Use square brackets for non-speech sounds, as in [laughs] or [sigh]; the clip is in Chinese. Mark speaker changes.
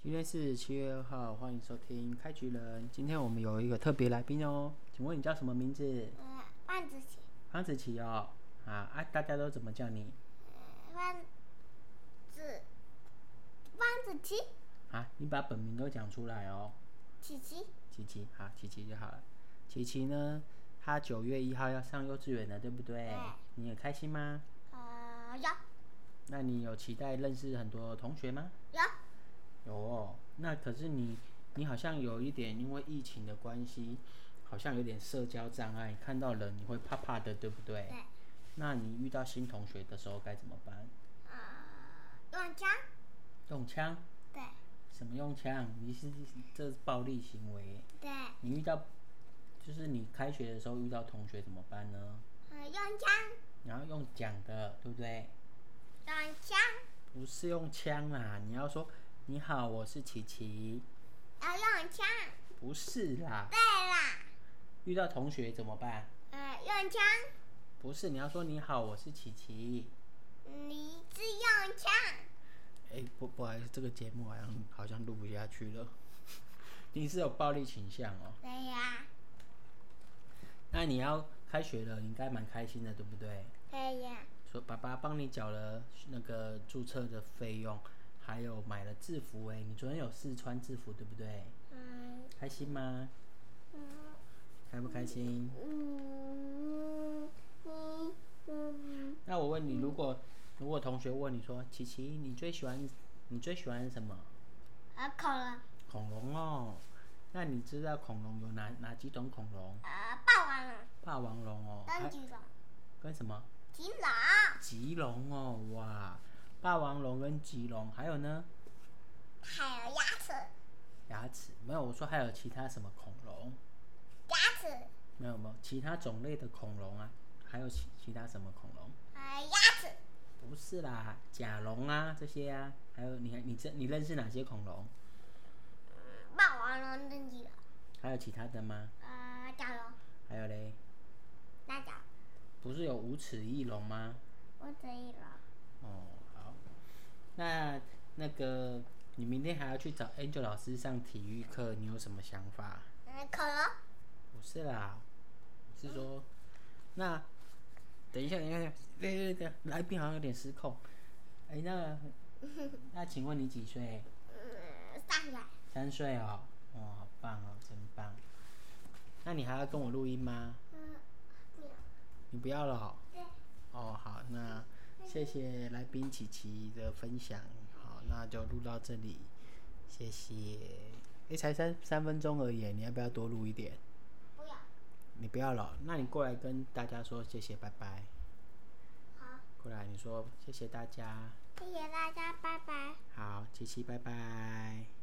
Speaker 1: 今天是七月二号，欢迎收听《开局人》。今天我们有一个特别来宾哦，请问你叫什么名字？
Speaker 2: 嗯，万子琪，
Speaker 1: 方子琪哦。啊啊，大家都怎么叫你？
Speaker 2: 嗯万子，万子琪，
Speaker 1: 啊，你把本名都讲出来哦。
Speaker 2: 琪琪，
Speaker 1: 琪琪，好，琪琪就好了。琪琪呢，她九月一号要上幼稚园了，对不对？
Speaker 2: 对
Speaker 1: 你也开心吗？
Speaker 2: 呃，有
Speaker 1: 那你有期待认识很多同学吗？
Speaker 2: 有，
Speaker 1: 有哦。那可是你，你好像有一点因为疫情的关系，好像有点社交障碍，看到人你会怕怕的，对不对？
Speaker 2: 对，
Speaker 1: 那你遇到新同学的时候该怎么办？
Speaker 2: 呃，用枪，
Speaker 1: 用枪？
Speaker 2: 对
Speaker 1: 什么用枪？你是这是暴力行为。
Speaker 2: 对，
Speaker 1: 你遇到，就是你开学的时候遇到同学怎么办呢？
Speaker 2: 呃，用枪，
Speaker 1: 你要用讲的，对不对？
Speaker 2: 用枪，
Speaker 1: 不是用枪啦，你要说你好，我是琪琪，
Speaker 2: 要用枪，
Speaker 1: 不是啦。
Speaker 2: 对啦，
Speaker 1: 遇到同学怎么办？
Speaker 2: 呃，用枪，
Speaker 1: 不是，你要说你好，我是琪琪。
Speaker 2: 你是用枪，
Speaker 1: 哎、不不好意思，这个节目好像好像录不下去了。 [laughs] 你是有暴力倾向哦。
Speaker 2: 对呀，
Speaker 1: 那你要开学了，你应该蛮开心的，对不对？
Speaker 2: 对呀，
Speaker 1: 说爸爸帮你缴了那个注册的费用，还有买了制服、哎，你昨天有试穿制服对不对？
Speaker 2: 嗯
Speaker 1: 开心吗？
Speaker 2: 嗯
Speaker 1: 开不开心？
Speaker 2: 嗯嗯嗯，
Speaker 1: 那我问你，如果如果同学问你说，琪琪，你最喜欢你最喜欢什么？
Speaker 2: 呃，恐龙，
Speaker 1: 恐龙哦。那你知道恐龙有哪哪几种恐龙？
Speaker 2: 呃，霸王龙，
Speaker 1: 霸王龙哦，
Speaker 2: 灯
Speaker 1: 还
Speaker 2: 具龙，
Speaker 1: 跟什么？
Speaker 2: 禽龙，
Speaker 1: 棘龙哦，哇！霸王龙跟棘龙，还有呢？
Speaker 2: 还有牙齿。
Speaker 1: 牙齿没有，我说还有其他什么恐龙？
Speaker 2: 牙齿，
Speaker 1: 没有没有，其他种类的恐龙啊，还有其其他什么恐龙？
Speaker 2: 呃，牙齿，
Speaker 1: 不是啦，甲龙啊这些啊，还有你还你这你认识哪些恐龙？
Speaker 2: 霸王龙登基了，
Speaker 1: 还有其他的吗？
Speaker 2: 呃，甲龙，
Speaker 1: 还有嘞，
Speaker 2: 大角，
Speaker 1: 不是有五齿翼龙吗？
Speaker 2: 我只翼龙，
Speaker 1: 哦，好，那那个你明天还要去找 Angel 老师上体育课，你有什么想法？
Speaker 2: 嗯，恐龙，
Speaker 1: 不是啦，是说，那等一下，等一下，对对对，来宾好像有点失控。哎、那那请问你几岁？
Speaker 2: 嗯，上来，
Speaker 1: 三岁哦，哇、好棒哦，真棒。那你还要跟我录音吗？
Speaker 2: 嗯，鸟，
Speaker 1: 你不要了哦。
Speaker 2: 对，
Speaker 1: 哦，好，那谢谢来宾琪琪的分享。好，那就录到这里，谢谢。哎、才三三分钟而已，你要不要多录一点？
Speaker 2: 不要，
Speaker 1: 你不要了，那你过来跟大家说谢谢，拜拜。
Speaker 2: 好，
Speaker 1: 过来，你说谢谢大家，
Speaker 2: 谢谢大家，拜拜。
Speaker 1: 好，琪琪，拜拜。